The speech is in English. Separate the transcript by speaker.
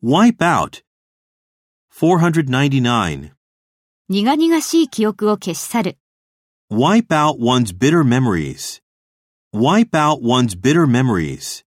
Speaker 1: Wipe out. 499.
Speaker 2: 苦々しい記憶を消し去る。
Speaker 1: Wipe out one's bitter memories. Wipe out one's bitter memories.